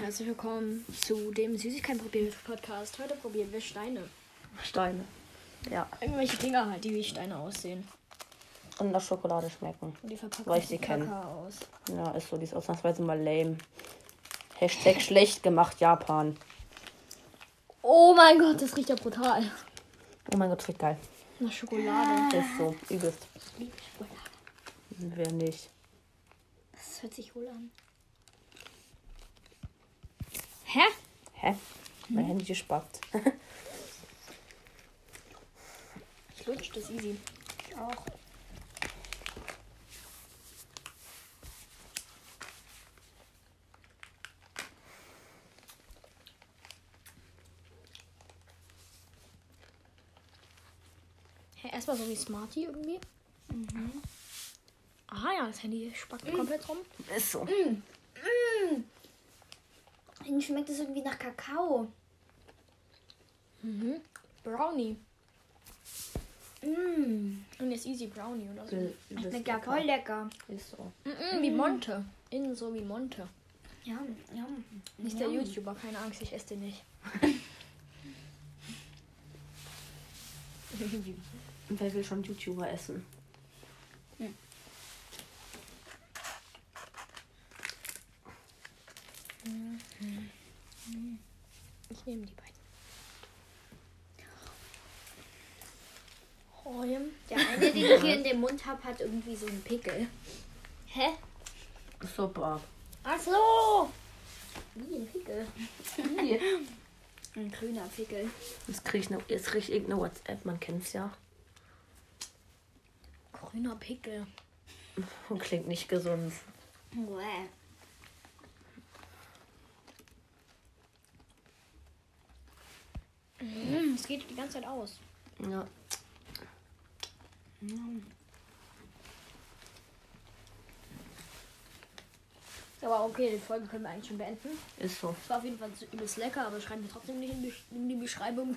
herzlich willkommen zu dem Süßigkeiten-Probier-Podcast. Heute probieren wir Steine. Steine. Ja, Irgendwelche Dinger halt, die wie Steine aussehen. und nach Schokolade schmecken. Und die verpacken Weil ich sie sieht kenne. kacke aus. Ja, ist so, die ist ausnahmsweise mal lame. Hashtag schlecht gemacht, Japan. Oh mein Gott, das riecht ja brutal. Oh mein Gott, das riecht geil. Nach Schokolade. Ist so, übelst. Ich liebe Schokolade. Wer nicht? Das hört sich wohl an. Hä? Hä? Mein Handy gespackt. Ich lutsch das easy. Ich auch. Hä, erstmal so wie Smarty irgendwie. Mhm. Aha, ja, das Handy spackt komplett rum. Ist so. Ihnen schmeckt es irgendwie nach Kakao. Mhm. Brownie. Mm, Und jetzt Easy Brownie oder so. Hm, schmeckt ja voll lecker. Ist so. Mhm, wie Monte. Innen so wie Monte. Ja, ja. Nicht der YouTuber, keine Angst, ich esse den nicht. Und wer will schon YouTuber essen? Ich nehme die beiden. Holm. Der eine, den ich hier in dem Mund habe, hat irgendwie so einen Pickel. Hä? Super. Ach so! Wie ein Pickel? Ein grüner Pickel. Jetzt krieg ich, ne, jetzt krieg ich irgendeine WhatsApp, man kennt's ja. Grüner Pickel. Und klingt nicht gesund. Uäh. Mm, es geht die ganze Zeit aus. Ja. Aber okay, die Folge können wir eigentlich schon beenden. Ist so. Es war auf jeden Fall so übelst lecker, aber schreiben wir trotzdem nicht in die, in die Beschreibung.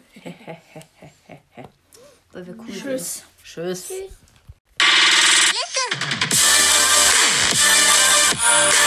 Weil wir cool sind. Tschüss. Tschüss. Tschüss.